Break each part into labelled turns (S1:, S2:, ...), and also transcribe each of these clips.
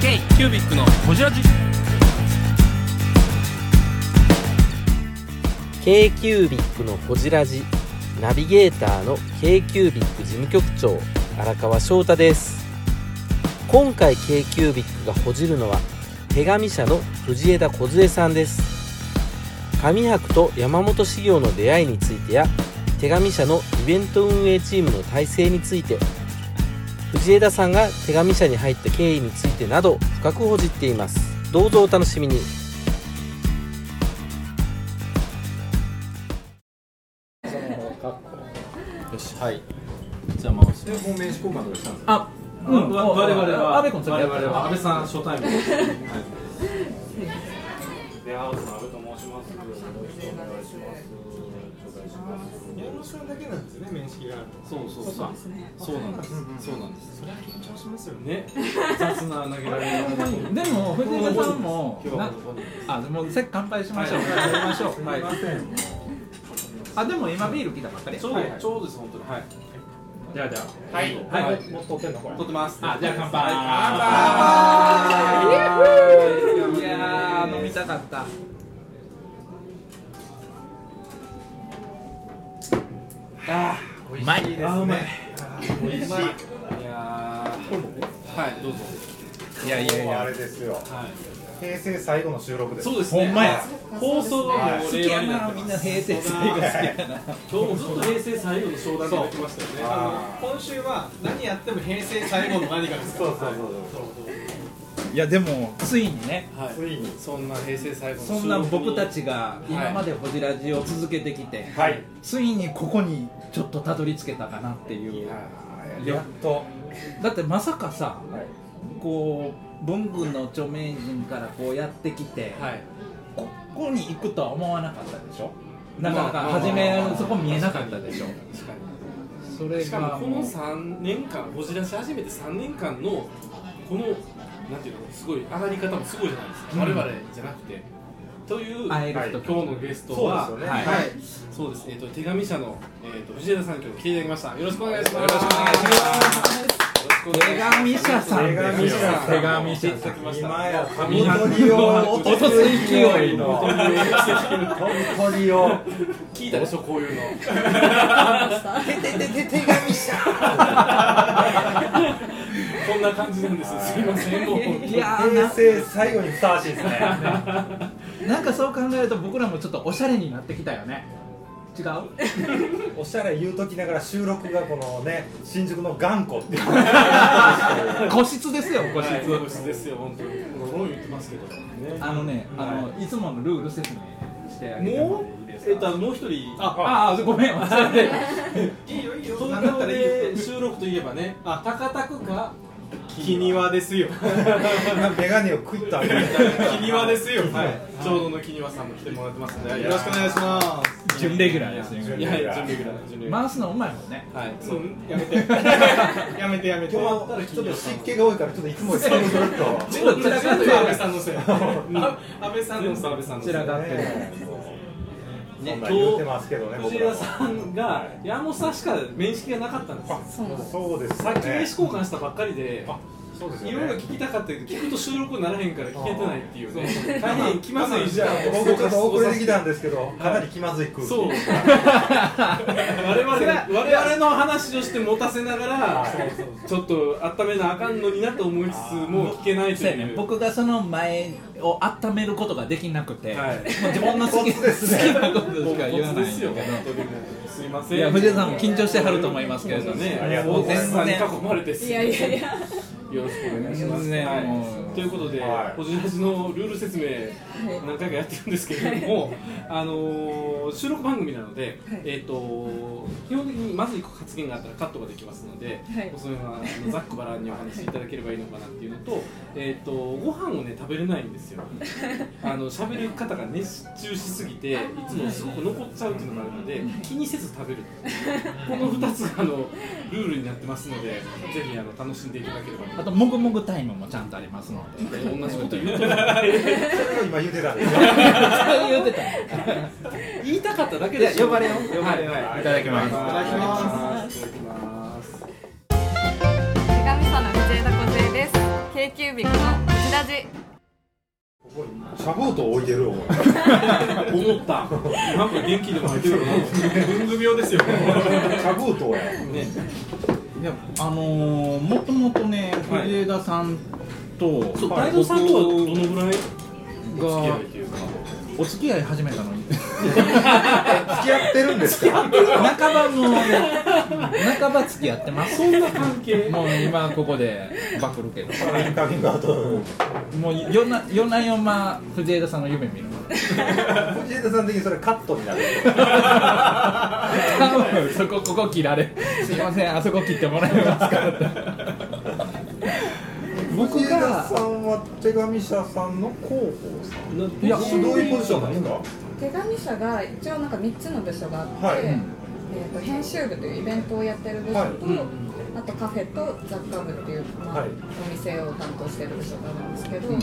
S1: キュービックのホジラジ
S2: k q u b i c のこじらじナビゲーターの k q u b i c 事務局長荒川翔太です今回 k q u b i c がほじるのは手紙社の藤枝梢さんです上白と山本修行の出会いについてや手紙社のイベント運営チームの体制について藤枝さんが手紙社に入った経緯についてなど深くほじっていますどうぞお楽しみに
S3: よしはいじゃあ回してもう名刺交換とかしたんですか
S1: あうんわ我々は
S3: 安倍君と
S1: 我
S3: やった
S1: 々は安倍さん初対面ですベアハウスの安倍と申しますよろしくお願いします頂戴します
S4: 山本さんだけなんですね、面識があるの
S1: そうそうそうそうなんですそうなんです
S4: それは緊張しますよね。
S1: ね雑な投げられる
S3: でも藤枝さんも
S1: 今日は
S3: な
S1: ここに
S3: あでもせっかく乾杯しましょう
S1: はい
S3: 乾杯しましょう
S1: はい
S3: あでも今ビール来たばっかり
S1: ちょうどちょうどです本当にはいじゃあじゃあはいはいもう撮ってんのこれ撮ってます
S3: あじゃあ乾杯
S1: 乾杯
S3: いやー飲みたかった
S1: あー美味しいですね
S3: うまい
S1: 美味しいいやーはいどうぞ
S3: いやいやい
S5: もうあ
S3: や
S5: れですよ
S1: はい
S5: 平成最後の収録です
S1: そうですね。
S3: ほんまや
S1: 放送はもう
S3: 好
S1: 令
S3: き
S1: 和
S3: や
S1: にな
S3: な
S1: って
S3: みん
S1: ま
S3: な
S1: す。
S3: 平成最後好きやな
S1: 今日もずっと平成最後の商談でやってましたよね。
S4: あの今週は何やっても平成最後の何かですから。そうそう
S3: いやでもついにね
S1: はい。
S5: ついに
S1: そんな平成最後の
S3: そんな僕たちが今までホジラジを続けてきて、
S5: はい
S3: ついにここにちょっとたどり着けたかなっていう
S5: やっと
S3: だってまさかさこう文具の著名人からこうやってきて、
S1: はい。
S3: ここに行くとは思わなかったでしょなかなか
S1: まあ
S3: 初めそこ見えなかったでしょ
S1: 確かに。
S3: それ
S1: しかも
S3: が
S1: この三年間、こじらし始めて三年間のこのなんていうのすごい上がり方もすごいじゃないですか。
S3: うん
S1: 我々じゃなくて。という
S3: 会える人
S1: 今日のゲストは
S5: そうですよね
S3: はい
S1: はいそうですね。えっと手紙社のえっと藤枝さん今日来ていただきました。よろしくお願いします。
S3: よろしくお願いします
S1: よろしくお願い
S3: 手
S1: します。
S3: 紙社さんですよ
S5: 手
S1: 紙
S3: 手
S1: 社さん
S3: 紙
S5: 今や
S1: 神
S5: 鳥を
S3: 落とす勢いの
S5: 鳥を
S1: 聞いたでしょこういうのこんな感じなんですすいませんもう
S3: いやー
S5: 平
S3: な
S5: 成最後にふさわしいですね
S3: なんかそう考えると僕らもちょっとおしゃれになってきたよね違う
S5: おしゃれ言うときながら収録がこのね新宿の頑固っていう
S3: 個室ですよ個室、
S1: はいご質ですよ本当にもうロン言ってますけどね
S3: あのね、あのいつものルール説明してあげて
S1: も
S3: も
S1: う
S3: いいですか
S1: えっとあのもう一人
S3: ああごめん忘れて
S4: いいよいいよ。
S1: 東
S4: 何だった
S1: 京
S4: らいいよ。
S1: で収録といえばねあ高田区か
S4: 木庭ですよ。
S5: メガネを食ったんで
S1: 木庭ですよはいちょうどの木庭さんも来てもらってますんで
S4: よろしくお願いしま
S3: 準レギュラーです
S1: いやいや準レギュラー準レギュラ
S3: 回すのうまいもんね
S1: ーはい
S4: す。
S1: そ
S4: う
S1: う
S4: んやめて。やめてやめて。
S5: 今日はちょっと湿気が多いからちょっといつもよりちょっと
S3: ちょっと
S1: ち
S3: 散らかってる
S1: 安倍さんのせいあ安倍さんのせい安倍さんのせ
S3: 散
S1: い
S3: らかってる
S5: ね
S1: ね
S5: そんなん言ってますけどね
S1: 藤
S5: 僕
S1: 枝
S5: ら
S1: さんが山本さんしか面識がなかったんですよ
S5: そうです
S1: さ
S5: よ
S1: っき名刺
S5: ね
S1: 交換したばっかりで
S5: そうです
S1: い
S5: よ
S1: ろいろ
S5: ね
S1: 聞きたかったけど聞くと収録にならへんから聞けてないっていうね大変気まずい時
S5: じゃ
S1: 間
S5: あ僕
S1: を
S5: ちょっと遅れてきたんですけどかなり気まずい空気
S1: そう我々我々の話をして持たせながらちょっと温めなあかんのになと思いつつもう聞けないと
S3: そうや
S1: い
S3: ね
S1: う
S3: 僕がその前を温めることができなくて、
S1: はい
S3: もう自分の好き,、
S5: ポツですね
S3: 好きなことしか言わない
S1: で
S3: ん
S1: す
S3: だ
S1: よ
S3: け
S1: 本
S3: ど
S1: 当にもうすいません
S3: いや藤田さんも緊張してはると思いますけれど
S1: ね
S5: ありがとう
S1: 大
S5: ござい
S1: 手
S5: ます
S1: さんに囲まれてす
S6: いやいやいや。
S1: よろしくお願いします。
S3: ね
S1: は
S3: もう
S1: い、ということで、
S5: はい
S1: ホジラジのルール説明、何回かやってるんですけれども、あのー収録番組なので、
S6: はい
S1: えっ、と基本的にまず一個発言があったらカットができますので、
S6: はい
S1: その辺はあのざっくばらんにお話しいただければいいのかなっていうのと、えっ、とご飯をね食べれないん ですよ。あの喋る方が熱中しすぎて、いつもすごく残っちゃうっていうのがあるので、気にせず食べる。 この二つがあのルールになってますので、ぜひあの楽しんでいただければと
S3: あともぐもぐタイムもちゃんとありますので
S1: 同じこと言うとな
S5: そ
S1: い
S5: れを今言ってたんですよ
S3: そう言うてた
S1: 言いたかっただけでしょ呼ばれよ呼ばれよ、はい
S3: いただきます
S1: いただきますいただきます
S6: 手紙さんの藤枝梢です。京急ビックの藤ラジ
S5: シャボート置いてるお前
S1: 思ったなんか元気でも入ってるかな文具病ですよ
S5: シャボートや
S1: ね
S3: いやあのー、もともとね
S1: はい
S3: 藤枝さんと、
S1: そう大道さんとはどのぐらい
S3: 僕
S1: お付き
S3: が
S1: 合いというか
S3: お付き合い始めたのに
S5: 付き合ってるんですか
S3: 半ばの半ば付き合ってます
S1: そんな関係
S3: もう今ここでバクるけど
S5: カミングアウト
S3: もう夜な夜な夜な藤枝さんの夢見るの
S5: 藤枝さん的にそれカットになる
S3: 多分そこここ切られすいませんあそこ切ってもらえますかって僕
S5: 藤枝さ
S3: が
S5: んは手紙社さんの広報さん
S3: いや
S5: どういうポジションなんですか
S7: 手紙社が一応なんか3つの部署があって、
S5: はい
S7: えー、と編集部というイベントをやってる部署と、
S5: はいうん
S7: あとカフェと雑貨部っていう、まあ
S5: はい
S7: お店を担当してる部署があるんですけど、
S3: うん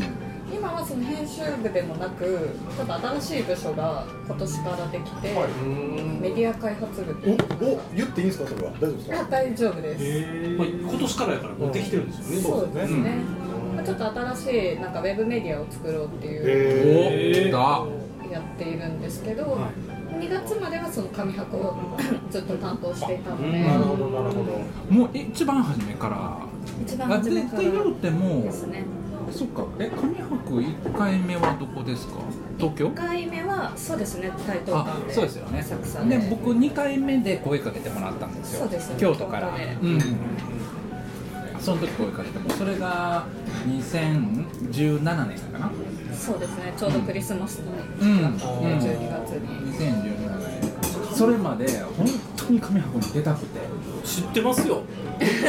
S7: 今はその編集部でもなくちょっと新しい部署が今年からできて、
S5: はい
S7: メディア開発部って
S5: お
S7: いう
S5: お言っていいんですかそれは大丈夫です
S7: あ
S5: か
S7: 大丈夫です。
S1: まあ、今年からやからもうできてるんですよね、
S7: そうですね、
S5: うん
S7: まあちょっと新しいなんかウェブメディアを作ろうっていう
S5: へ
S1: えー
S3: だ
S7: やっているんですけど、
S1: は
S7: 2月まではその紙箱を ずっと担当していたので、
S5: えなるほどなるほど
S3: もう一番初めから
S7: 一番初め
S3: 絶
S7: か
S3: 対
S7: ら
S3: 言うても
S7: ですね
S3: そっかえ紙博1回目はどこですか東京
S7: 1回目はそうですね台東
S3: あ
S7: 館で
S3: そうですよね
S7: 浅草
S3: で
S7: で
S3: 僕2回目で声かけてもらったんですよ
S7: そうですよね
S3: 京都から
S7: 京
S3: うんその時声かけてもそれが2017年かな
S7: そうですねちょうどクリスマスの
S3: うん
S7: 12月に、
S3: 2017年それまで本当に紙箱に出たくて
S1: 知ってますよ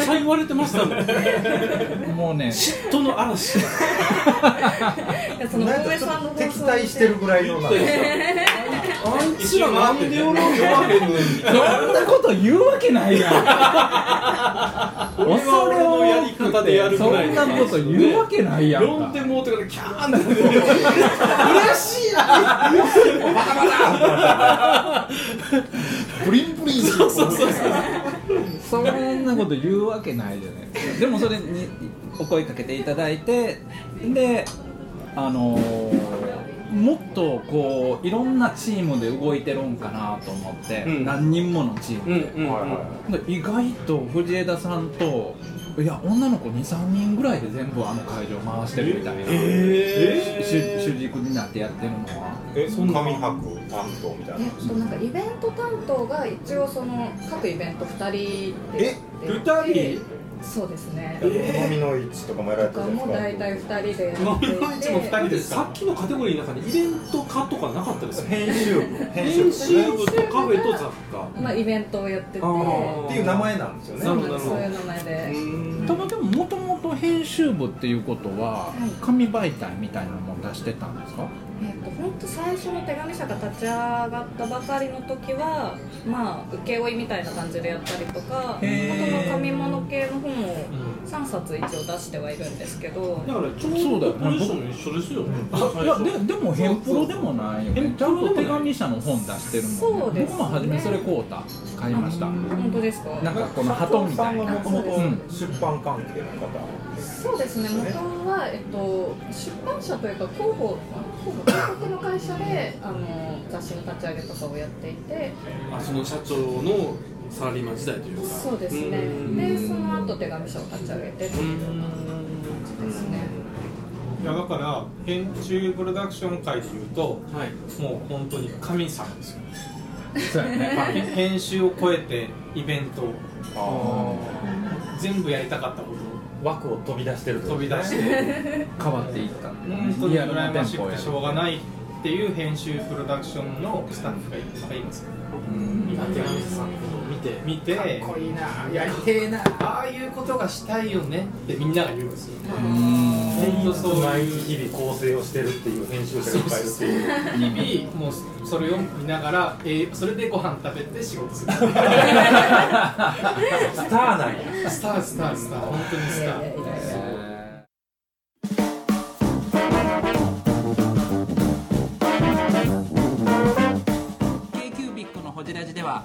S1: そう言われてま したもん
S3: もうね
S1: 嫉妬の嵐
S7: いやその大江さんの放送で
S5: 敵対してるぐらいのな
S1: あいつらなんで俺を呼ばへんのに
S3: そんなこと言うわけないやん
S1: 俺は俺のやり方でやるぐ
S3: そ
S1: らい
S3: んなこと言うわけないやん
S1: 呼んでもうてからキャーンなって嬉しいな
S3: プリンプリンそうそうそうそんなこと言うわけないじゃないでもそれにお声かけていただいてであのーもっとこういろんなチームで動いてるんかなと思って、
S1: うん
S3: 何人ものチーム
S1: うんうん、
S3: で意外と藤枝さんといや女の子23人ぐらいで全部あの会場回してるみたいな、
S1: え
S3: 主主軸になってやってるのは
S5: えそんな紙博担当みたいな
S7: えっとなんかイベント担当が一応その各イベント2人で
S5: え
S1: 二人
S7: そうですね
S5: 飲みの市とかもやられ
S7: と
S5: て
S7: か
S5: るんです
S7: も
S5: か
S7: 大体2人でやっていて
S1: 飲みの市も二人
S7: 編
S1: だってさっきのカテゴリーの中にイベント化とかなかったですよね
S5: 編集部
S1: 編集
S5: 部
S1: 部とカフェと雑貨
S7: まあイベントをやってて
S1: あー
S5: っていう名前なんですよね
S1: な
S7: そ
S1: る
S7: う
S1: ほど
S7: そういう名前
S1: う
S7: で
S1: ーん
S3: たまでももともと編集部っていうことは
S7: はい
S3: 紙媒体みたいなのも出してたんですか
S7: えっと本当最初の手紙社が立ち上がったばかりの時はまあ請負いみたいな感じでやったりとかあと
S3: へー
S7: まあ紙物系の本を3冊一応出してはいるんですけど
S1: だからちょ
S3: そう
S1: う
S3: だよ
S1: ど
S3: ね
S1: ポジション一緒ですよね
S3: いやででも編プロでもないよ
S1: ヘ
S3: ね
S1: ン
S3: ち
S1: プ
S3: ゃん
S1: ロ
S3: と
S1: でもない
S3: 手紙社の本出してるも
S7: そ
S3: ん
S7: う
S3: ね
S7: ですね
S3: 僕も初めそれ買うた買いました
S7: 本当ですか
S3: なんかこの鳩みたいな
S5: もともと
S3: うん
S5: 出版関係の方
S7: そうですね元は、えっと、出版社というか広報広報広告の会社であの雑誌の立ち上げとかをやっていて
S1: あその社長のサラリーマン時代というか
S7: そうですね
S1: うん
S7: でその後手紙社を立ち上げてっていうような感じですね
S4: いやだから編集プロダクション界でいうと
S1: はい
S4: もう本当に神様ですよ
S3: そうやね
S4: 編集を超えてイベント
S5: あ
S4: 全部やりたかったこと
S5: あ枠を飛び出してる
S4: を飛び出して
S3: 変わっていったんだよね
S4: 本当に
S3: リアルな
S4: 羨まし
S3: 店舗や
S4: くて
S3: る
S4: しょうがないっていう編集プロダクションのスタッフがいっぱいいます
S3: うん
S1: 竹山さんのことを見て
S4: 見てかっこいいなやりてえなああいうことがしたいよねってみんなが言うんですよ本当そう
S5: 毎
S4: いう
S5: 日々構成をしてるっていう編集者がいっぱいいるってい
S4: 日
S5: う
S4: 々もうそれを見ながら、えーそれでご飯食べて仕事する
S5: スターなんや
S4: スタースタースター本当にスター
S8: キュービックのホジラジでは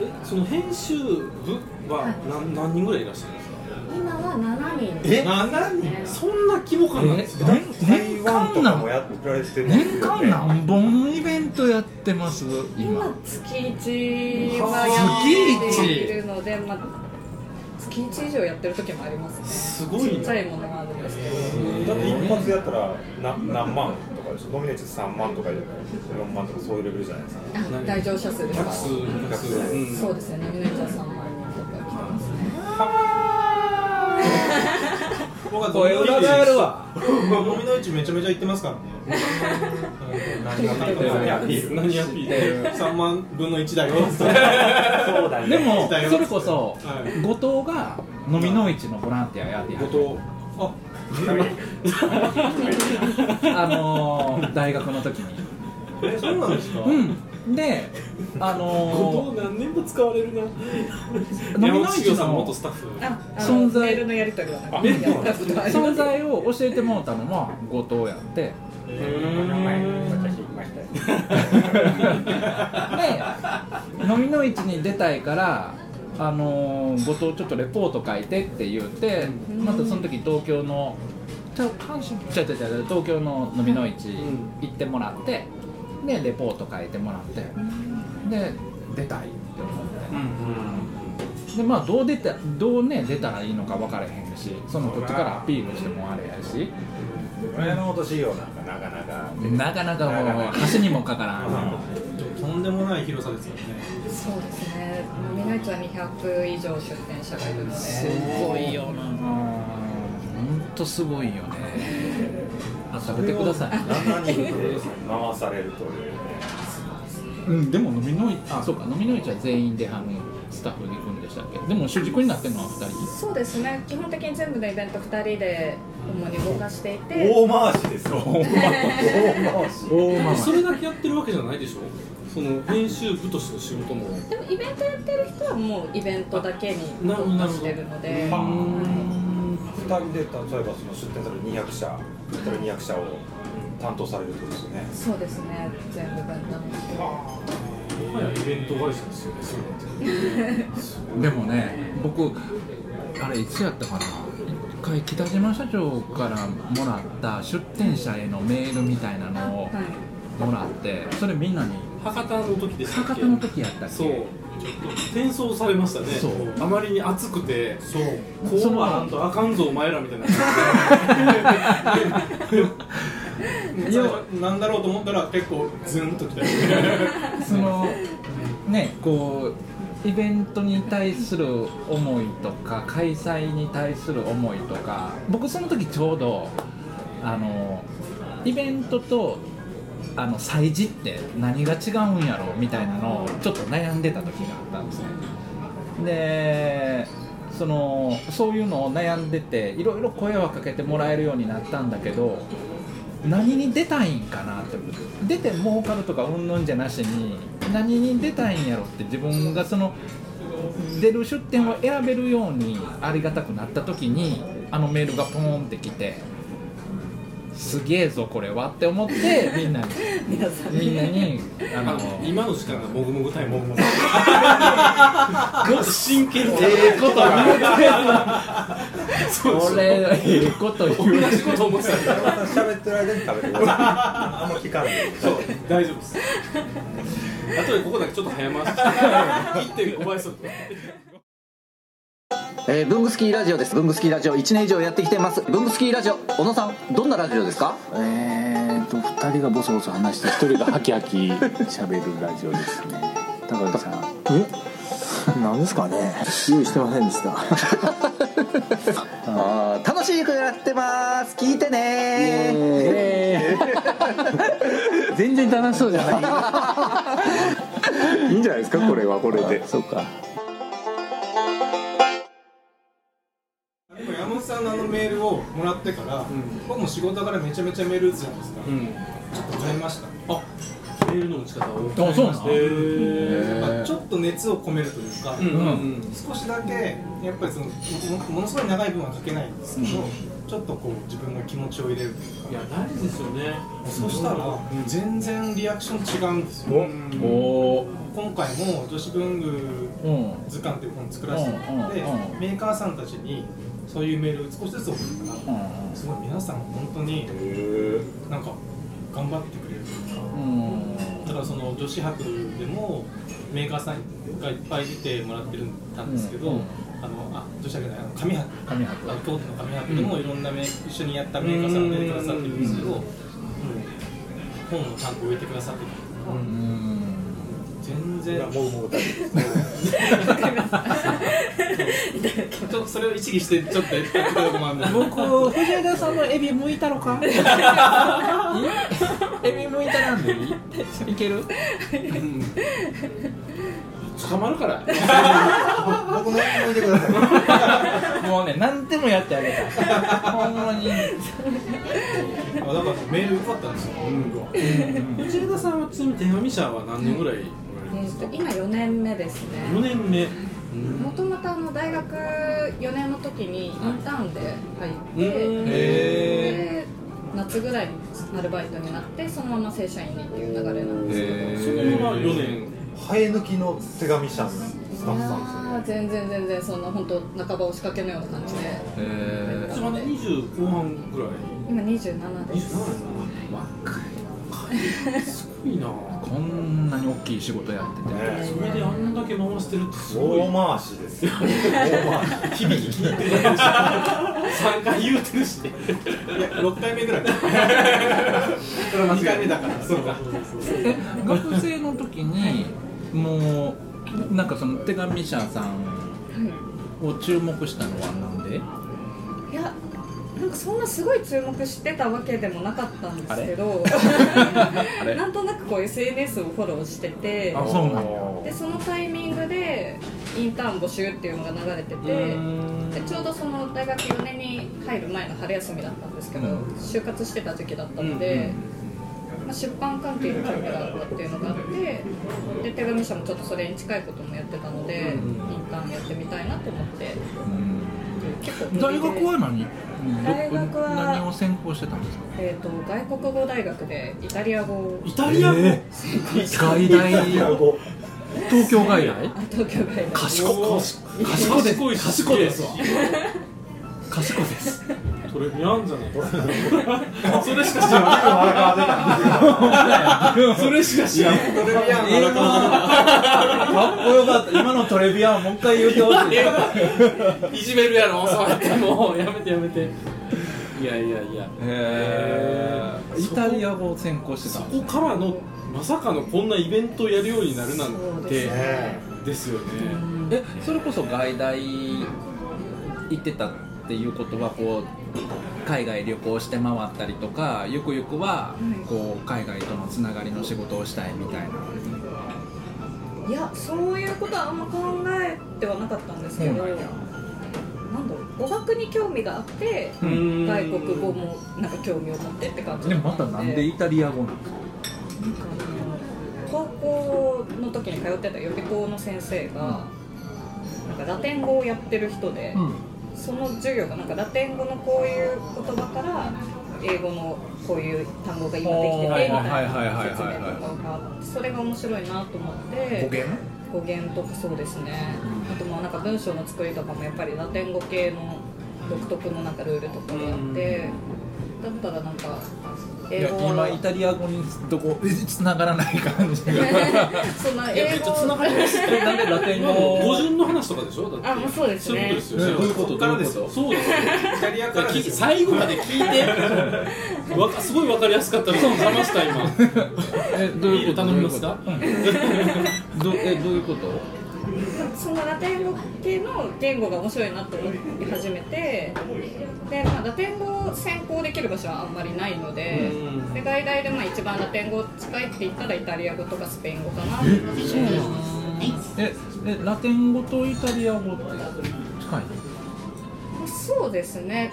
S1: えその編集部は何,、何人ぐらいいらっしゃるんですか
S7: 今は7人
S5: え
S1: 7人そんな規模感なんですか
S5: 台
S3: 年
S5: 湾
S3: 間
S5: とか
S3: な
S5: もやってられてるんです
S3: 年
S5: よ
S3: 間
S5: ね
S3: 何本イベントやってます今
S7: 今月1はやっているので、まあ、月1以上やってる時もありま
S1: す
S7: すね
S1: ご
S7: ち
S1: い
S7: っ
S1: な
S7: ちゃいものがあるんですけど
S5: だって一発やったらな何万とかでしょノミネート3万とかじゃない4万とかそういうレベルじゃないですか
S7: あ来場者数ですか
S1: 100数200数、うん
S7: そうですねノミネートは3万人とか来てますね
S4: 僕は
S3: 声裏返るわ
S4: 飲みの市めちゃめちゃ行ってますからね 何が何が
S5: 何アピール
S1: 何やっていて
S4: 3万分の1だよ
S5: そうだ
S3: でも
S4: だよ
S3: それこそ
S4: はい
S3: 後藤が飲みの市のボランティアやってはる
S1: 後
S3: あのー大学の時に
S4: えそうなんですか
S3: うんであ
S1: 藤
S3: の
S1: 後藤何年も使われるな
S3: ー飲
S1: 山
S3: み
S1: 本
S3: の
S1: 修
S3: 市
S1: 行さん
S3: の
S1: 元スタッフ
S7: ああの
S3: 存在
S7: メールのやり取りはな
S1: あ
S7: ん
S1: メ
S7: か
S1: ール
S7: やったことありま
S3: 存
S7: す
S3: 在を教えてもらったのも後藤やってで飲みの市に出たいからあのー後藤ちょっとレポート書いてって言って
S7: うん
S3: またその時東京のちゃう阪神ちゃうちゃうちゃう東京の飲みの市行ってもらってでレポート書いてもらってで出たいって思って。でまあどう出たどうね出たらいいのか分からへんしそのこっちからアピールしてもあれやし
S5: 親の年よなんかなかなか
S3: なかなかもう橋にもかからん
S4: とんでもない広さですよね
S7: そうですねノミネートは200以上出店者がいるのです
S3: ごいよな本当すごいよねあ食べてください
S5: 7人で回されるというね
S3: うんでも飲みのいあそうか飲みの市は全員であのスタッフで行くんでしたっけでも主軸になってるのは2人
S7: そうですね基本的に全部のイベント2人で主に動かしていて
S5: 大回しですよ大回し
S3: 大
S1: でもそれだけやってるわけじゃないでしょその編集部としての仕事も
S7: でもイベントやってる人はもうイベントだけに
S1: な
S7: 特化してるので
S1: なるほど
S5: 2人で例えばその出店される200社出たら200社を担当されるってことですよね
S7: そうですね全部分担して
S1: もはやイベント会社ですよねそういうのって
S3: でもね僕あれいつやったかな一回北島社長からもらった出店者へのメールみたいな
S7: あ
S3: のを
S7: はい
S3: もらってそれみんなに
S1: 博多の時でしたっけ
S3: 博多の時やったっけ
S1: そう転送されましたね
S3: そう
S1: あまりに熱くてそうこ
S3: そうの
S1: ならんとあかんぞお前らみたいな
S3: いや
S4: なんだろうと思ったら結構ズンと きたり
S3: そのねこうイベントに対する思いとか開催に対する思いとか僕その時ちょうどあのイベントとあの催事って何が違うんやろみたいなのをちょっと悩んでた時があったんですねでそのそういうのを悩んでていろいろ声はかけてもらえるようになったんだけど何に出たいんかなって出て儲かるとかうんぬんじゃなしに何に出たいんやろって自分がその出る出店を選べるようにありがたくなった時にあのメールがポーンってきてすげえぞこれはって思ってみんなに
S7: 皆さん
S3: みんなにあ
S1: あ
S3: の
S1: の今の時間がもぐもぐタイムもぐもぐもっと真剣に
S3: ええこと言うて
S1: そう
S3: これええこと言う
S1: 同じこと思ってたんだよ
S5: 山田さん喋ってる間に食べてくださいあんま聞かんで
S1: そう 大丈夫ですあとでここだけちょっと早回しして1.5倍速
S6: えー、ブングスキーラジオですブングスキーラジオ1年以上やってきてますブングスキーラジオ小野さんどんなラジオですか
S8: えーと2人がボソボソ話して1人がハキハキ喋るラジオですね高木さんえなんですかね用意してませんでした
S6: あー楽しい曲やってます聞いてね
S8: 全然楽しそうじゃないいいんじゃないですかこれはこれで
S2: そうか
S4: でも山本さんのあのメールをもらってから、僕も仕事からめちゃめちゃメール打つじゃないですか、
S1: うん
S4: ちょっと変えました、
S1: あメールの打ち方を
S3: あそうなの
S1: へえ
S4: まあちょっと熱を込めるというか、
S1: うんうんうん
S4: 少しだけやっぱりそのももものすごい長い分は書けないんですけど、ちょっとこう自分の気持ちを入れるというか
S1: いや大事ですよね
S4: そしたら全然リアクション違うんですよ、
S3: おお
S4: 今回も女子文具
S3: うん
S4: 図鑑っていう本を作らせてもらって、
S3: うんうんうん
S4: メーカーさんたちにそういうメールを少しずつ送ったから、すごい皆さん本当になんか頑張ってくれるというか、だからその女子博でもメーカーさんがいっぱい出てもらってるんたんですけど、
S3: うんうん
S4: あのあ女子博じゃないあの紙博
S3: 紙博
S4: あの京都の紙博でもいろんなメ、一緒にやったメーカーさんが出てくださってるんですけど、もう本をちゃんと置いてくださってる全然
S5: もうもう大丈夫です
S4: ちょっとそれを意識してちょっとや ってたとこもあるんだけど
S3: 僕藤枝さんのエビ剥いたの かエビ剥いたなんでいいいける
S1: 捕まるから
S5: 僕の言いてください
S3: もうね何でもやってあげ たほんまに
S4: あだからメール良かったんですよ、
S1: 藤枝さんはちなみに手紙者は何年ぐらいおられるん
S7: え
S1: で
S7: っ
S1: す
S7: と
S1: か
S7: 今4年目ですね
S1: 4年目
S7: もともとあの大学4年の時にインターンで入って、
S1: うん
S7: で夏ぐらいにアルバイトになってそのまま正社員にっていう流れなんですけど、
S1: そのまま4年
S5: 生え抜きの手紙社のスタッ
S7: い
S5: フ
S7: や
S5: さんですよ
S7: ー全然全然そんな本当半ば押しかけのような感じで、
S1: 一番20後半ぐらい
S7: 今27です
S1: すごいな
S3: こんなに大きい仕事やってて
S5: ね
S1: それであんだけ回してるってすごい
S5: 大回しですよ大回し
S1: 響き気に入ってる3回言うてるしね
S4: 6回目ぐらいそれは間違い目だからそうか
S3: え学生の時にもうなんかその手紙社さんを注目したのはなんで
S7: いやなんかそんなすごい注目してたわけでもなかったんですけど
S3: れ
S7: なんとなくこう SNS をフォローしてて
S3: そうなんや
S7: でそのタイミングでインターン募集っていうのが流れててでちょうどその大学4年に入る前の春休みだったんですけど、
S3: うん
S7: 就活してた時期だったので、まあ、出版関係に興味があったっていうのがあってで手紙社もちょっとそれに近いこともやってたので、インターンやってみたいなと思って結構
S3: 大学は何ど
S7: 大学は
S3: 何を専攻してたんですか
S7: えー、と外国語大学でイタリア語を
S1: イタリア語
S3: 外大東京外来
S7: あ東京外大
S1: 賢い賢い賢いですわ
S3: 賢いです
S1: トレビアンじ ゃねえかそれしか知らないそれしか知らない
S4: トレビアンの
S3: かっこよかった今のトレビアンもう一回言うてほしい
S1: いじめるやろそうやってもうやめてやめていやいやいや
S3: へ
S1: え
S3: イタリア語を専攻してた
S1: ここからのまさかのこんなイベントをやるようになるなんて ですよね
S3: えそれこそ外大行ってたっていうことはこう海外旅行して回ったりとかゆくゆくはこう海外とのつながりの仕事をしたいみたいない
S7: やそういうことはあんま考えてはなかったんですけど、
S3: そうなんや
S7: なんだろう語学に興味があって
S1: うん
S7: 外国語もなんか興味を持ってって感じ
S3: で
S7: だった
S3: もまたなんでイタリア語なの
S7: なんかあの高校の時に通ってた予備校の先生が、なんかラテン語をやってる人で、その授業がなんかラテン語のこういう言葉から英語のこういう単語が今できててみたいな説明とかがあってそれが面白いなと思って語源とかそうですねあとまあなんか文章の作りとかもやっぱりラテン語系の独特のなんかルールとかがあってだったらなんか
S3: い
S7: 英
S3: や
S7: 語
S3: 今イタリア語にどこつながらない感じが
S7: そんな
S1: えめ
S7: 英
S1: っち
S7: 語
S1: ゃ繋がりますね
S3: なんでラテン
S1: 今もう語
S3: 語
S1: 順の話とかでしょだって
S7: あもうそうです
S1: そういうこ
S7: ね
S1: とです
S3: ね
S1: よね
S3: どういうこと
S1: こっからですよそうですよ
S4: イタリアからですよ
S1: 最後まで聞いてわかすごいわかりやすかったの騙した今
S3: えどう
S1: ビ
S3: い
S1: ー
S3: うこ
S1: ル
S3: と
S1: 頼みますか
S3: どういうことどえどういうこと
S7: そのラテン語系の言語が面白いなと思い始めてで、まあ、ラテン語を専攻できる場所はあんまりないのでで外来でまあ一番ラテン語近いって言ったらイタリア語とかスペイン語かなって思います
S3: ええラテン語とイタリア語って近い
S7: まあそうですね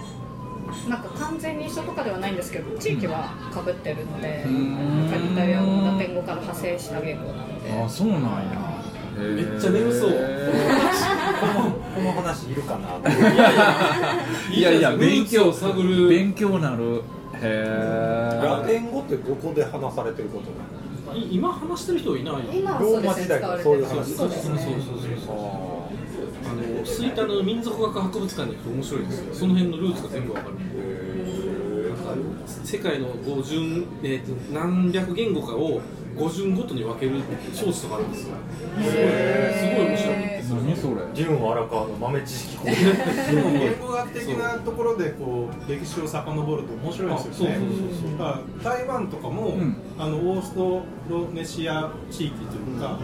S7: なんか完全に一緒とかではないんですけど地域はかぶってるので、なんかイタリア語ラテン語から派生した言語なので。
S3: あそうなんや
S1: めっちゃ眠そう
S5: この話いるかなって
S3: いやいや勉強
S1: ルーツを探る
S3: 勉強なるへ
S5: ラテン語ってどこで話されてることなの
S1: い今話してる人いない
S7: 今は
S5: ロ
S7: そう
S5: ー
S7: で
S5: マ
S7: すね
S5: 時代
S7: 使
S5: か
S7: わ
S5: ら
S7: れ
S5: そ
S7: て
S5: ういう
S7: る
S5: 話
S7: そうですね
S1: あの吹田の民族学博物館に行くと面白いですよその辺のルーツが全部わかる世界の50、えーと何百言語かを語順ごとに分ける装置とかあるんですよすごい面白いですよ
S3: 何それ
S5: デューン荒川の豆知識講
S4: でも言語学的なところでこう歴史を遡ると面白いですよね
S1: あそうそうそうそ
S4: だ
S1: う
S4: から台湾とかも、
S3: ん
S4: あのオーストロネシア地域というか、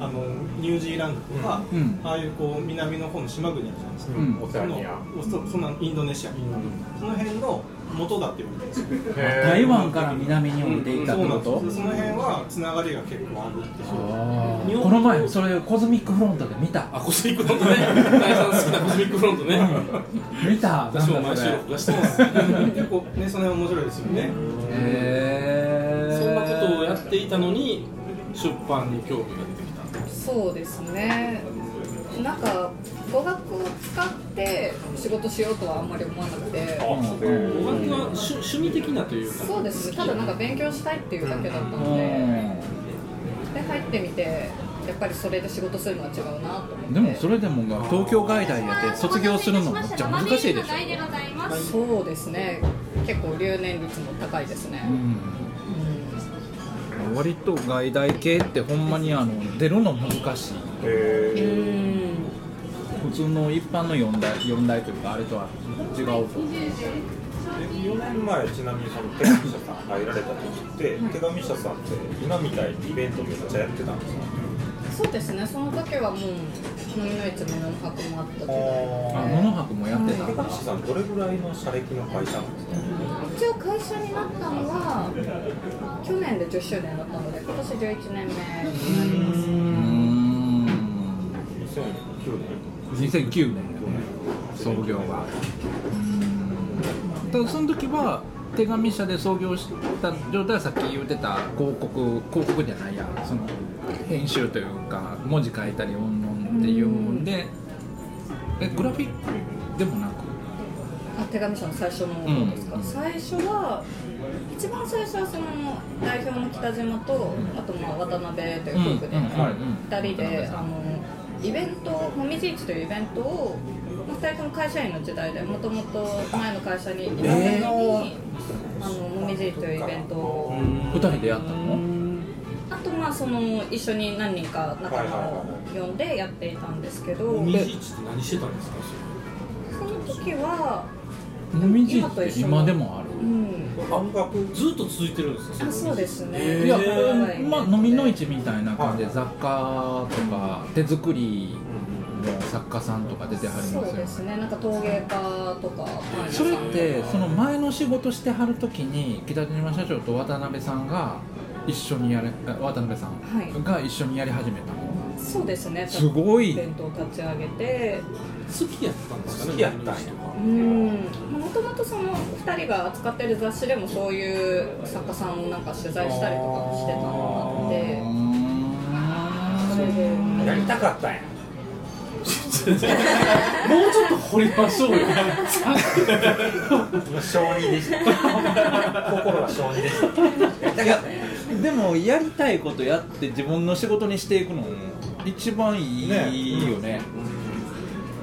S4: あのニュージーランドとか、
S3: うん
S4: ああいうこう南の方の島国あるじゃないですか、
S3: うん
S5: オ
S4: そ
S5: セア
S4: の
S5: ニア
S4: オーストそんなインドネシア、その辺の元だって言われてるんですよ
S3: 台湾から南に降りていった
S4: そ
S3: って
S4: うな
S3: こ
S4: ん
S3: と
S4: ですよその辺はつながりが結構あるっていう
S3: あーこの前それコズミックフロントで見た
S1: あコスミックフロントね大さん好きなコスミックフロントね
S3: 見たなんだ
S1: 私も毎
S3: そ
S1: 週
S3: れ
S1: 録画してます
S4: 結構ねその辺面白いですよね、
S3: へー
S1: そんなことをやっていたのに出版に興味が出てきた
S7: そうですねなんか語学を使って仕事しようとはあんまり思わなくて
S1: 語学は趣趣味的なというか
S7: そうですねただなんか勉強したいっていうだけだったので
S3: う
S7: で入ってみてやっぱりそれで仕事するのは違うなと思って
S3: んでもそれでもが東京外大やって卒業するのめっちゃ難しいでしょ
S7: そうですね結構留年率も高いですね、
S3: うん割と外大系ってほんまにあの出るの難しい普通の一般の4大四大というかあれとは違うと
S5: 4年前ちなみにその手紙社さん入られた時って手紙社さんって今みたいにイベントめっちゃやってたんですか
S7: そうですねその時はもう飲みの市の4泊もあった時代
S3: あモノ博もやってた
S5: 手
S3: んだ
S5: 紙社さんどれぐらいの社歴の会社なんですか
S7: 一応会社になったのは去年で10周年だったので今年11年目になります
S3: うーん
S5: 2009年
S3: 2009年創業がただその時は手紙社で創業した状態はさっき言ってた広告広告じゃないやその編集というか文字書いたりうんうんっていうんでえグラフィックでもなく
S7: あ手紙書の最初の方ですか、
S3: うん
S7: 最初は一番最初はその代表の北島とあとまあ渡辺という夫婦で
S3: うんうんはい
S7: 2人であのイベントもみじ市というイベントを2人とも会社員の時代でもともと前の会社にいた時に、あのもみじ市というイベントを
S3: 2人でやったの
S7: あとまあその一緒に何人か仲間を呼んでやっていたんですけど
S1: 二次一って何してたんですか
S7: その時は、
S3: もみじって今でもある
S7: うん、
S5: 音楽
S1: ずっと続いてるんですか
S7: あそうです
S1: へ
S7: ね
S1: ー
S3: いや、
S7: はい
S3: まあ、飲みの市みたいな感じで雑貨とか手作りの作家さんとか出てはりますよ
S7: そうですねなんか陶芸家とかパン屋さんとか
S3: それってその前の仕事してはる時に北島社長と渡辺さんが一緒にやれあ渡辺さ
S7: はい
S3: んが一緒にやり始めたの、
S7: そうですね
S3: すごい
S7: イベントを立ち上げて
S1: 好きやったんですかね
S5: 好きやったんや
S7: うんもともとその2人が扱ってる雑誌でもそういう作家さんをなんか取材したりとかしてたのがあってそれで
S5: やりたかったんや
S1: もうちょっと掘りましょ うよ
S5: 小児でした心が小児でした
S3: でもやりたいことやって自分の仕事にしていくの一番いいよね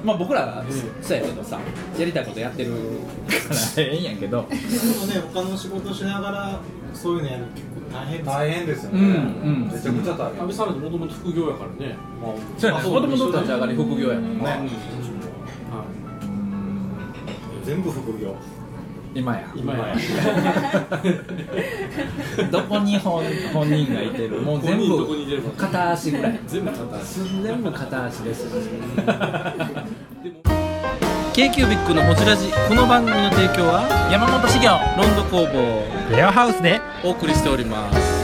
S3: まあ僕らそうやけどさやりたいことやってるからええんやけど
S4: でもね他の仕事しながらそういうのやるの結構大変ですよ
S5: 大変ですよね、
S3: うんうん
S5: めちゃくちゃ大変
S1: 安倍さんなんてもともと副業やからね
S3: そうやね
S1: あそう
S3: もともと立ち上がり副業やもんね
S1: はい
S5: 全部副業
S3: 今や
S1: 今や
S3: どこに本本人がいて るもう全
S1: 本人ど
S3: 部
S1: こにいてるか
S3: 片足ぐらい
S1: 全部片足
S3: 全部片足 です
S2: k q b i c のホジラジこの番組の提供は
S3: 山本修行
S2: ロンド工房
S9: レアハウスで
S2: お送りしております